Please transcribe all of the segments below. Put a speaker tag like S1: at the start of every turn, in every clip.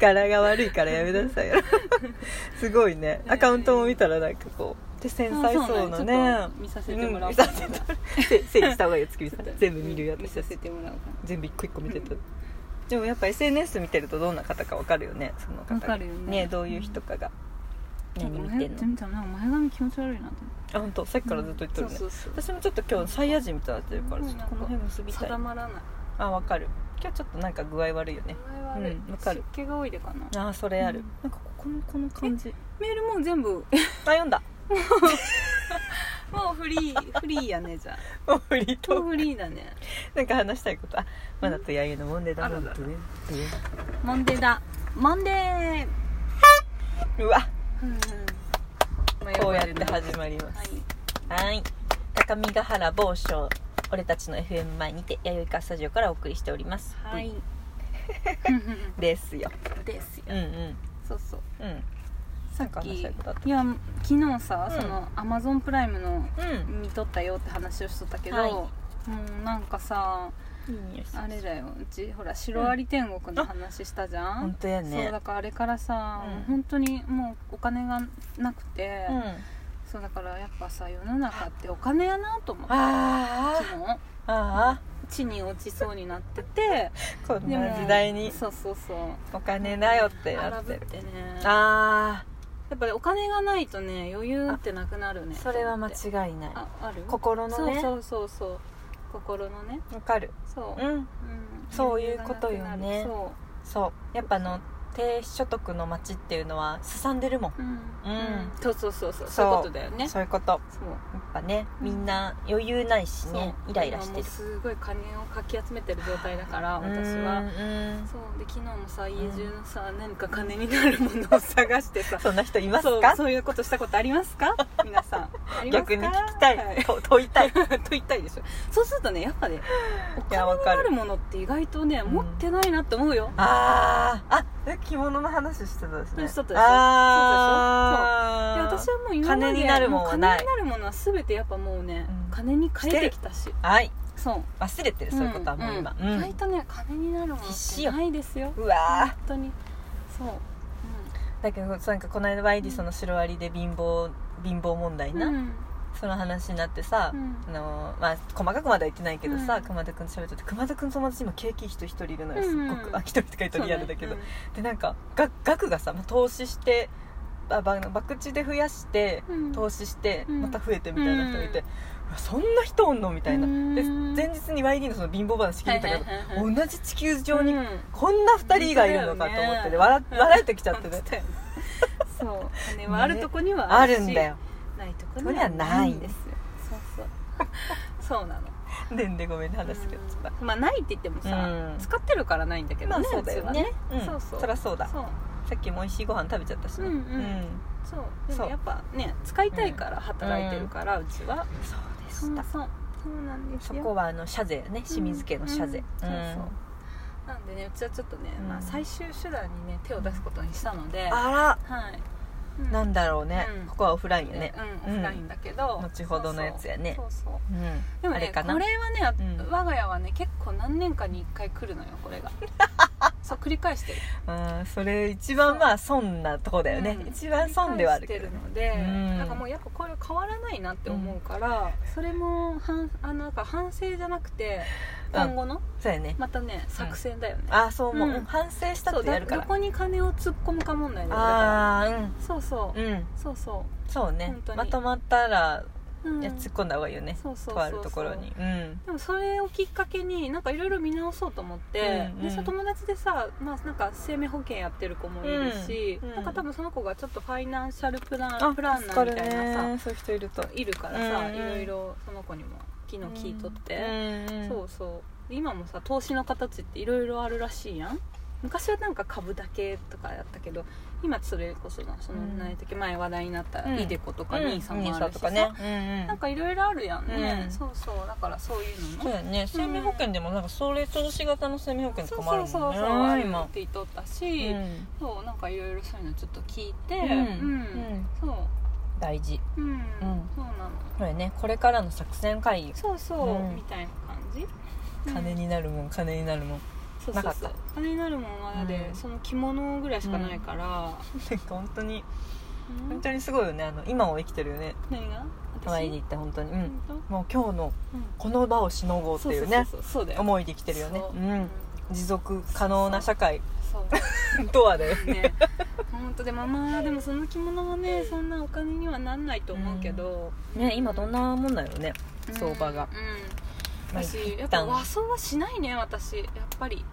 S1: 柄が悪いからやめな さいよすごいねアカウントも見たらなんかこうで繊細そうな
S2: あそうなんやちょ
S1: ね
S2: っと見させてもらおう
S1: うん見させてもらうせ整理した方がいいよ月見さん全部見るよ
S2: 見
S1: 私
S2: させてもらおうか
S1: 全部一個一個見てたでもやっぱ SNS 見てるとどんな方かわかるよねその方が
S2: わかるよね
S1: どういう人かが
S2: な
S1: 何
S2: ん
S1: 見
S2: か
S1: て
S2: 前
S1: んの
S2: 全部多分なんか前髪気持ち悪いなと思
S1: あ本当さっきからずっと言っ
S2: ってて、
S1: るね、
S2: そうそうそう
S1: 私もちょっと今日サイヤ人みたいになってるからちょっとこの辺結びたい
S2: 定まらない
S1: あわかる今日ちょっとなんか具合悪いよね
S2: 前はあれ、
S1: うんわかる
S2: 湿気が多いでかな
S1: あーそれある、
S2: うん
S1: なんかここのこの感じ
S2: メールもう全部
S1: あ 読んだ
S2: もうフリーフリーやねじゃあ
S1: もうフリートー
S2: もう
S1: ク
S2: フリーだね
S1: なんか話したいことあマナとヤユのモンデーだな
S2: あらら
S1: ドゥエンドゥ
S2: モンデーだモンデー
S1: エンうわ
S2: うん
S1: こうやって始まります
S2: はい
S1: はい高見ヶ原某所俺たちの FM 前にて弥生カスタジオからお送りしております
S2: はい
S1: ですよ
S2: ですよ
S1: うんうん
S2: そうそう
S1: うんなんか話したいことあっ
S2: いや昨日さ、
S1: うん
S2: そのアマゾンプライムの
S1: たうん
S2: 見とったよって話をしとったけど、
S1: はい
S2: もうなんかさあれだようちほらシロアリ天国の話したじゃん、
S1: 本当や
S2: そう
S1: ね
S2: だからあれからさ、
S1: うん
S2: もう本当にもうお金がなくて、
S1: うん
S2: そうだからやっぱさ世の中ってお金やなと思って
S1: あー
S2: 昨日
S1: あ
S2: 地に落ちそうになってて
S1: ーこんな時代に
S2: そうそうそう
S1: お金だよってな
S2: 荒
S1: っ
S2: ぶって
S1: る
S2: てね
S1: あ
S2: やっぱりお金がないとね余裕ってなくなる
S1: あ
S2: ね
S1: それは間
S2: と思って
S1: 違いない
S2: あある
S1: 心のね
S2: そうそうそうそう心のね
S1: わかる
S2: そう、
S1: うん
S2: うん
S1: そういうことよね
S2: そ
S1: そうやっぱあの低所得の町っていうのはすさんでるもん
S2: う、う
S1: う
S2: ん
S1: ん
S2: そうそうそうそ
S1: そ
S2: う
S1: う
S2: そういうことだよねそ
S1: そういうこと
S2: う
S1: やっぱねみんな余裕ないし
S2: そう
S1: ねイライラして
S2: 今も
S1: る
S2: うすごい金をかき集めてる状態だから
S1: うん
S2: 私は
S1: うん
S2: そうで昨日もさ家中のさ何か金になるものを探してさ
S1: そんな人います
S2: そう
S1: か
S2: そういうことしたことあります か皆さんありますか
S1: 逆に聞きた
S2: はい
S1: と問いたい
S2: と言いたいでしょそうするとねやっぱね
S1: い
S2: お
S1: や
S2: 金
S1: わ
S2: に
S1: か
S2: な
S1: る
S2: るものって意外とね
S1: うん
S2: 持ってないなって思うよ、
S1: あーあえ着物の話してたですね
S2: そうしてたでしょ
S1: あ
S2: で
S1: ー
S2: 私はもう今まで
S1: 金になるもんはない
S2: もう金になるものは全てやっぱもうね、
S1: うん
S2: 金に変えてきたし
S1: はい
S2: そう
S1: 忘れてるそういうことはもう今、
S2: ん
S1: うん
S2: 意外とね金になるものっ
S1: 必死
S2: て
S1: よ
S2: ないですよ
S1: うわ
S2: 本当にそう、
S1: ーだけどなんかこの間 YD そのシロアリで貧乏貧乏問題
S2: うん、
S1: な、
S2: うん
S1: その話になってさ、
S2: うん
S1: あのーまあ、細かくまでは言ってないけどさ、
S2: うん
S1: 熊田君と喋ってて熊田君と友達今景気いい人一人いるのよすっご
S2: う
S1: く、
S2: ん
S1: あ一人とか言う
S2: そう
S1: と
S2: ね
S1: リアルだけど、
S2: うん
S1: でなんかが額がさ、まあ、投資してあば博打で増やして、
S2: うん
S1: 投資して
S2: うん
S1: また増えてみたいな人がいて、
S2: う
S1: うわそんな人おんのみたいなで
S2: うん
S1: 前日に YD のその貧乏話聞いてたけど、
S2: はいはいはい
S1: 同
S2: は
S1: じ地球上に
S2: うん
S1: こんな2人がいるのかと思ってね、
S2: うん
S1: 笑笑えてきちゃって
S2: 本
S1: ね
S2: 当だよね そう金はあるとこには
S1: あ
S2: あるし
S1: るんだよ
S2: ないとこにはないんですよそうそうそうなの
S1: でんでごめんね話すけどちょっと
S2: うんまあないって言ってもさ、
S1: うん
S2: 使ってるからないんだけど
S1: ま
S2: ね
S1: あそうだよね
S2: うちはねそう
S1: そ
S2: そう
S1: そりゃそうだ
S2: そう
S1: さっきも美味しいご飯食べちゃったしね
S2: うんうんそうで
S1: そう
S2: もやっぱね使いたいから働いてるから、うちは
S1: そうで
S2: そうそうそうなんです
S1: そ
S2: よ
S1: こはあの社税ね清水家の社税
S2: うんうん
S1: うん
S2: そうそうなんでねうちはちょっとね、
S1: うん
S2: まあ、最終手段にね手を出すことにしたので、は
S1: あ
S2: い、う
S1: ら
S2: ん
S1: なんだろうね
S2: うん
S1: ここはオフラインよね
S2: うん、オフラインだけど、
S1: うん後ほどのやつやね
S2: そうそうそ
S1: う
S2: う
S1: ん
S2: でも
S1: あれ
S2: ね
S1: かな
S2: これはね、あ
S1: うん
S2: 我が家はね結構何年かに1回来るのよこ れがそう繰り返してる
S1: あーそれ一番まあ損なとこだよね
S2: うん
S1: 一番損ではあるけど
S2: 繰り返してるので、
S1: うん
S2: なんかもうやっぱこれ変わらないなって思うから、それも反あのなんか反省じゃなくて
S1: うん
S2: 今後の
S1: そうやね
S2: またね作戦だよね、
S1: あーそう思う
S2: うん
S1: うん反省した
S2: そう
S1: ってや
S2: だ
S1: る
S2: ど
S1: から
S2: こに金を突っ込むか問題だよだか
S1: ああ
S2: らそうそう、
S1: うんうん
S2: そうそ
S1: そうね
S2: 本当に
S1: まとまったら
S2: う、うん
S1: いや突っ込んだ方がいいよね
S2: そうそうそうそう
S1: とあるところにうん
S2: でもそれをきっかけになんかいろいろ見直そうと思って、
S1: うんうん
S2: でその友達でさ、まあ、なんか生命保険やってる子もいるし、
S1: うんうん
S2: なんか多分その子がちょっとファイナンシャルプラ
S1: あ
S2: ンプランナーみたいなさ、
S1: ねそういう人いると
S2: いるからさ、
S1: うんうん
S2: いろいろその子にも昨日聞いとって、
S1: うん
S2: そうそうで今もさ投資の形っていろいろあるらしいやん昔はなんか株だけとかやったけど今それこそなその、
S1: うん
S2: 何やったっけ前話題になった
S1: うん
S2: イデコ
S1: と
S2: とかニーサもあるし
S1: と
S2: さ、
S1: かね、うんうん
S2: なんかいろいろあるやんね、
S1: うん
S2: そうそうだからそういう
S1: そ
S2: の
S1: う
S2: も
S1: やね生命保険でもなんかそれ投資型の生命保険とかもあるもんね
S2: そうそうそうあるっ
S1: 今
S2: て言っとった
S1: う
S2: し、
S1: ん
S2: そうなんかいろいろそういうのちょっと聞いて
S1: う
S2: うんん、
S1: うん
S2: そう
S1: 大事
S2: うん、
S1: ん
S2: そうなの
S1: これねこれからの作戦会議
S2: そうそう、
S1: うん
S2: みたいな感じ
S1: 金
S2: うん
S1: になるもん金になるもん
S2: そう
S1: な
S2: そ
S1: か
S2: う
S1: った
S2: そうあれになるもんはだって、
S1: うん
S2: その着物ぐらいしかないから、
S1: なんか本当に
S2: うん
S1: 本当にすごいよねあの今を生きてるよね
S2: 何が
S1: ハワイに行って本当に、うん、
S2: 本当
S1: もう今日の
S2: うん
S1: この場をしのごうっていうね
S2: そうそうそうそうだよ
S1: 思いで生きてるよね
S2: そう
S1: う
S2: うん
S1: ん持続可能な社会
S2: そう
S1: とはね
S2: ね 本当でもまあでもその着物もねそんなお金にはなんないと思うけど、
S1: ね今どんなもんだよね
S2: うん
S1: 相場が
S2: うん
S1: まあ
S2: 私や
S1: 一
S2: っぱ
S1: 旦
S2: 和装はしないね私やっぱり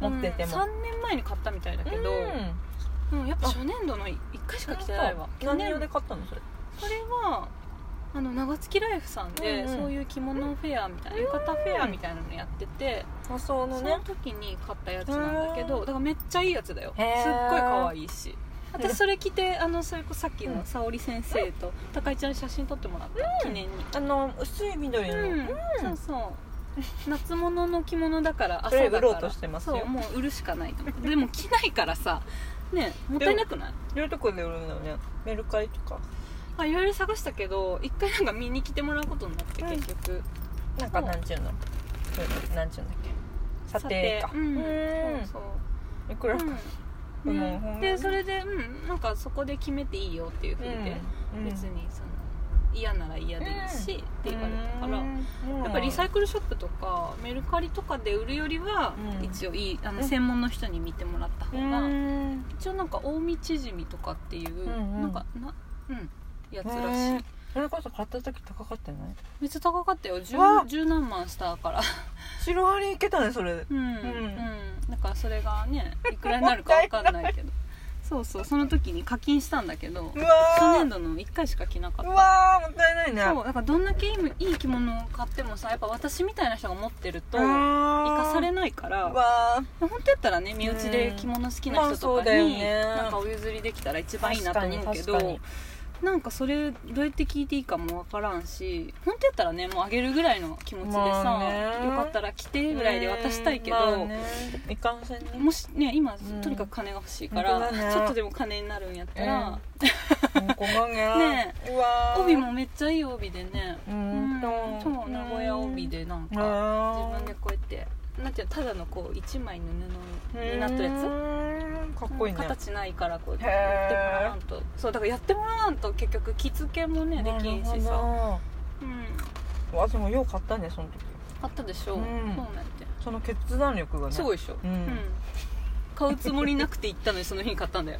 S1: 持ってても
S2: うん3年前に買ったみたいだけど、
S1: うん
S2: うんやっぱ初年度の1回しか着てないわ去
S1: 何
S2: 年
S1: 用で買ったのそれ
S2: これはあの長月ライフさんで、
S1: うんうん
S2: そういう着物フェアみたいな浴衣フェアみたいなのやってて、
S1: 和装の
S2: そ
S1: ね
S2: の時に買ったやつなんだけど
S1: うん
S2: だからめっちゃいいやつだよすっ
S1: へー
S2: ごい可愛いし私それ着てあのそれこそさっき
S1: う
S2: の
S1: ん
S2: 沙織先生と高井ちゃんに写真撮ってもらった、記念に
S1: あの薄い緑
S2: う
S1: の、
S2: ん、そうそう夏物の着物だから
S1: それ
S2: 朝だから
S1: 売ろうとしてますよ
S2: そうもう売るしかないと思ってで も着ないからさねもったいなくない
S1: いろとこで売るんだよねメルカリとか
S2: あいろいろ探したけど一回なんか見に来てもらうことになって
S1: うん
S2: 結局、
S1: なんかなんちゅうのそういうのなんちゅうんだっけ査定か
S2: 査定うん
S1: うん
S2: そう
S1: いく
S2: そう
S1: らか、
S2: うん
S1: もうほんま
S2: ね
S1: に
S2: でそれでうんなんかそこで決めていいよっていうふうで、
S1: うん
S2: 別にその嫌なら嫌でいいし、って言われたから、
S1: うん
S2: やっぱリサイクルショップとかメルカリとかで売るよりは、
S1: うん
S2: 一応いいあ
S1: う
S2: の
S1: ん
S2: 専門の人に見てもらった方が、
S1: うん
S2: 一応なんか近江縮みとかっていう、
S1: んうん
S2: なんかなうんやつらしい、
S1: へーそれこそ買った時高かったよね
S2: めっちゃ高かったよ十
S1: わあ
S2: 十何万したから
S1: シロアリいけたねそれ
S2: うん、うんだからそれがねいくらになるか
S1: もっ
S2: わ
S1: た
S2: か
S1: い
S2: ん
S1: ない
S2: な いけどそうそうその時に課金したんだけど
S1: うわー
S2: 初年度の1回しか着なか
S1: う
S2: った
S1: わーもったいないね
S2: そうだからどんだけいいいい着物を買ってもさやっぱ私みたいな人が持ってると生
S1: 生
S2: かされ
S1: な
S2: ないか
S1: う
S2: ら
S1: わ
S2: 本当やったらね身内で着物好きな
S1: ま
S2: 人
S1: あそう
S2: と
S1: だ
S2: か
S1: よ
S2: に、
S1: ね
S2: なんかお譲りできたら一番いいなと思うけ
S1: 確かに
S2: どなんかそれどうやって聞いていいかもわからんし本当やったらねもうあげるぐらいの気持ちでさ、
S1: まあね
S2: よかったら着て
S1: ー
S2: ぐらいで渡したいけど、
S1: まあねいかんせんね
S2: もしね今、
S1: ん
S2: とにかく金が欲しいから、
S1: 本当だね
S2: ちょっとでも金になるんやったら、
S1: うんこまね
S2: ね
S1: うわー
S2: 帯もめっちゃいい帯でね、
S1: う
S2: うん
S1: と
S2: そう名古屋帯でなんか、自分でこうやってなんていうのただのこう一枚の布になってるやつ、
S1: つかっこいいね
S2: 形ないからこうやって
S1: へー
S2: やってもらわんとそうだからやってもらわんと結局着付けもねできんし
S1: なる
S2: さ、
S1: ほ
S2: うん、
S1: ど私もよう買ったねその時
S2: あったでしょ、
S1: うん
S2: そうなんて
S1: その決断力がね
S2: すごいでしょ、
S1: うん
S2: 買うつもりなくて行ったのにその日に買ったんだ よ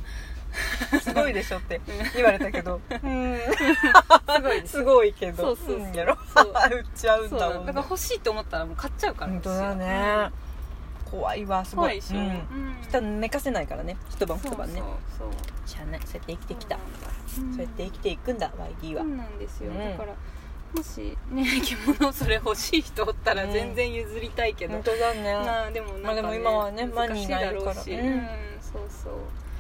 S1: すごいでしょって言われたけどうん
S2: すごいです
S1: すごいけ
S2: そ
S1: ど
S2: うそうそうん
S1: やろ
S2: そう
S1: 売っちゃうん
S2: そう
S1: だ
S2: だ
S1: もん
S2: だから欲しいと思ったらもう買っちゃうから
S1: 本当だ
S2: 私
S1: ね怖いわすご
S2: 怖
S1: い
S2: いでしょ、
S1: う
S2: うんん
S1: 人寝かせないからね一晩
S2: そう
S1: 一
S2: そう
S1: 晩ね
S2: そう
S1: しゃあないそうやって生きてきた
S2: そう
S1: そう
S2: な
S1: や
S2: んだ
S1: って生きていくんだ YD は
S2: そうなんですよ、
S1: うん
S2: だからもしね 着物それ欲しい人おったら全然譲りたいけど、
S1: 本当だね
S2: まあでもなん
S1: まあ
S2: か、ね
S1: でも今はねマ
S2: 難
S1: ニ
S2: し
S1: ー
S2: い
S1: が
S2: だ
S1: いる
S2: ろ
S1: から
S2: うし、
S1: う
S2: うんんそうそう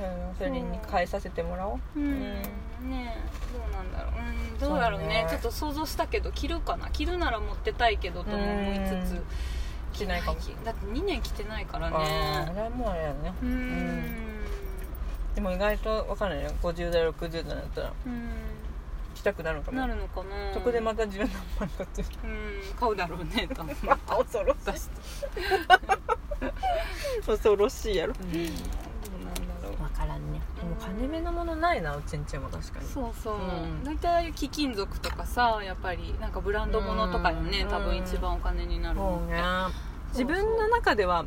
S1: うんそれに変えさせてもらおう
S2: うん、
S1: ん
S2: ねえどうなんだろう、うん、どうだろうね
S1: そうね
S2: ちょっと想像したけど着るかな着るなら持ってたいけどとも思いつ
S1: うん
S2: つ
S1: 着ないかも
S2: 着だって2年着てないから
S1: あーあ
S2: ね
S1: れはもうあれだね
S2: うん
S1: でも意外と分かんないよ50代60代だったら
S2: うん
S1: 着たくなるかも
S2: なるのかな
S1: そこでまた自分の名前がついて
S2: うん買うだろうね 多分
S1: 恐ろ
S2: 出して
S1: 恐ろしいやろ
S2: うんどうなんだろう
S1: 分からんねでも金目のものないなうちんちも確かに
S2: そうそ
S1: う
S2: う
S1: ん
S2: 大体、貴金属とかさやっぱりなんかブランド物とかよね、
S1: うん
S2: 多分一番お金になるの
S1: も
S2: っ
S1: う
S2: て
S1: ね
S2: そ
S1: 自
S2: うそう
S1: 分の中では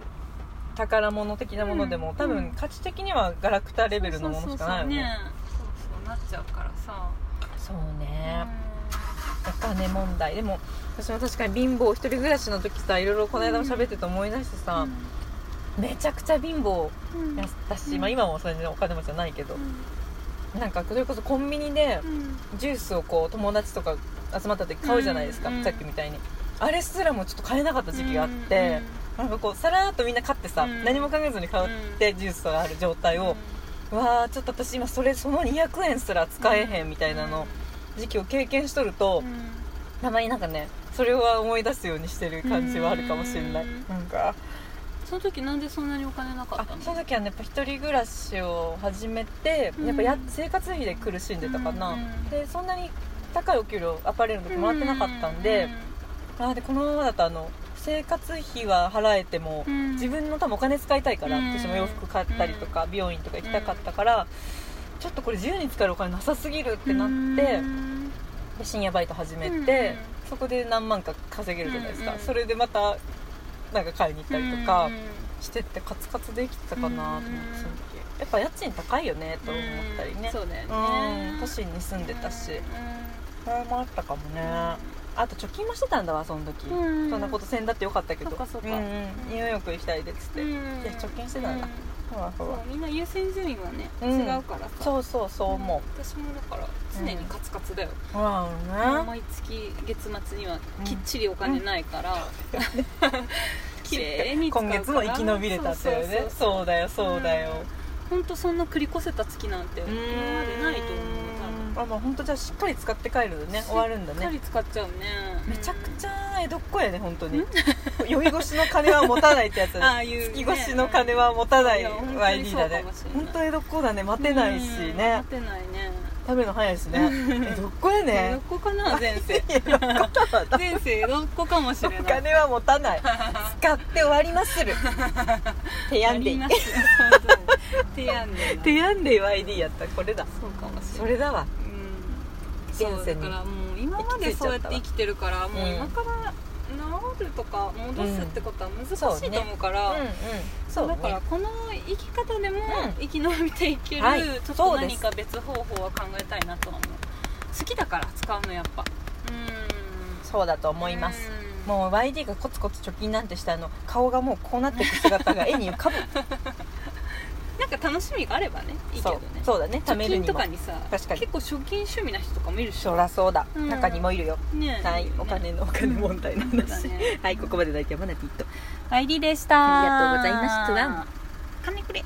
S1: 宝物的なものでも、
S2: うん
S1: 多分価値的にはガラクタレベルのものしかないよね
S2: そうそうそうねそうそうなっちゃうからさ、
S1: そうねお金問題でも私も確かに貧乏一人暮らしの時さいろいろこの間も喋ってて思い出してさ、めちゃくちゃ貧乏
S2: うんうん
S1: やったし、
S2: うん
S1: まあ、今もそれでお金持ちじゃないけど、なんかそれこそコンビニで
S2: うん
S1: ジュースをこう友達とか集まった時買うじゃないですか、
S2: うん
S1: さっきみたいにあれすらもちょっと買えなかった時期があって、なんかこうさらーっとみんな買ってさ、
S2: うん
S1: 何も考えずに買ってジュースがある状態を、うわーちょっと私今それその200円すら使えへんみたいなの時期を経験しとると、たまになんかねそれは思い出すようにしてる感じはあるかもしれない、
S2: うん
S1: なんか
S2: その時なんでそんなにお金なか
S1: あ
S2: ったの
S1: その時はねやっぱ一人暮らしを始めて、
S2: うん
S1: やっぱや生活費で苦しんでたかな、
S2: うん
S1: でそんなに高いお給料アパレルの時もらってなかったんで、あーでこのままだとあの生活費は払えても、
S2: うん
S1: 自分の多分お金使いたいから、
S2: うん
S1: 私も洋服買ったりとか、美容院とか行きたかったから、ちょっとこれ自由に使えるお金なさすぎるってなって、
S2: うん
S1: で深夜バイト始めて、そこで何万か稼げるじゃないですか、
S2: うんうん
S1: それでまたなんか買いに行ったりとか
S2: うん
S1: してってカツカツできてたかなと思って、
S2: うん
S1: その時やっぱ家賃高いよねと思ったりね、
S2: そうだよ
S1: う
S2: ね
S1: ん都心に住んでたし、
S2: う
S1: それもあったかもねあと貯金もしてたんだわその時、
S2: うん
S1: そんなことせんだってよかったけど
S2: そっかそっか
S1: うんうんニューヨーク行きたいでっつって、
S2: ん
S1: いや貯金してたんだ、
S2: う
S1: ほらほ
S2: そ
S1: ら
S2: うみんな優先順位はね、
S1: うん
S2: 違うからさ
S1: そうそうそう思
S2: 私もだから常にカツカツだよ、
S1: う、ほらね
S2: 毎月月末にはきっちりお金ないから、綺麗に使う
S1: 今
S2: から
S1: 月も生き延びれたっていうねそうだよそうだよ、
S2: 本当そんな繰り越せた月なんて今までないと思う多
S1: あまあ本当じゃあしっかり使って帰るのね
S2: 分
S1: 終わるんだ
S2: しっか
S1: ね
S2: り使っちゃうね
S1: めちゃくち
S2: ゃ
S1: ゃ江戸っ子やね本当に 酔い越しの金は持たないってやつ
S2: ああ
S1: だね
S2: いうね
S1: 月越しの金は持たない
S2: いや本当にそうかも
S1: YD だね
S2: しれない
S1: 本当江戸っ子だね待てないしね
S2: 待てないね
S1: 食べるの早いしね江戸っ子や
S2: 江戸
S1: ね
S2: っ子かな前 世
S1: 江戸っ子だ わな
S2: 前世江戸っ子かもしれない
S1: お金は持たない使って終わります る手やんでい
S2: あります手やんでい
S1: 手やんでい YD やったこれだ
S2: そうかもし
S1: そ
S2: れない
S1: れだわ
S2: うんそ
S1: 現世
S2: うだ
S1: に
S2: からもう今までそうやって生きてるからもう今から治るとか戻すってことは難しいと思うから、
S1: うんうんそう
S2: だから
S1: ね
S2: この生き方でも
S1: うん
S2: 生き延びていける、
S1: はい
S2: ちょっ
S1: そ
S2: と
S1: うです
S2: 何か別方法は考えたいなとは思う好きだから使うのやっぱうん
S1: そうだと思います
S2: うん
S1: もう YD がコツコツ貯金なんてしたあの顔がもうこうなっていく姿 が絵に浮かぶ
S2: なんか楽しみがあればねいいけ
S1: そ
S2: ど
S1: う
S2: ね
S1: そうだね貯
S2: 貯
S1: める
S2: 金
S1: に
S2: と
S1: も
S2: かにさ
S1: 確かに
S2: 結構貯金趣味な人とかもいるでし
S1: そ
S2: ょ
S1: らそうだ、
S2: うん
S1: 中にもいるよ
S2: ね
S1: はい
S2: よね
S1: お金のお金問題の
S2: そうだ
S1: 話、
S2: ね
S1: はいここまで大体マナティット
S2: ID でした
S1: ありがとうございました
S2: 金くれ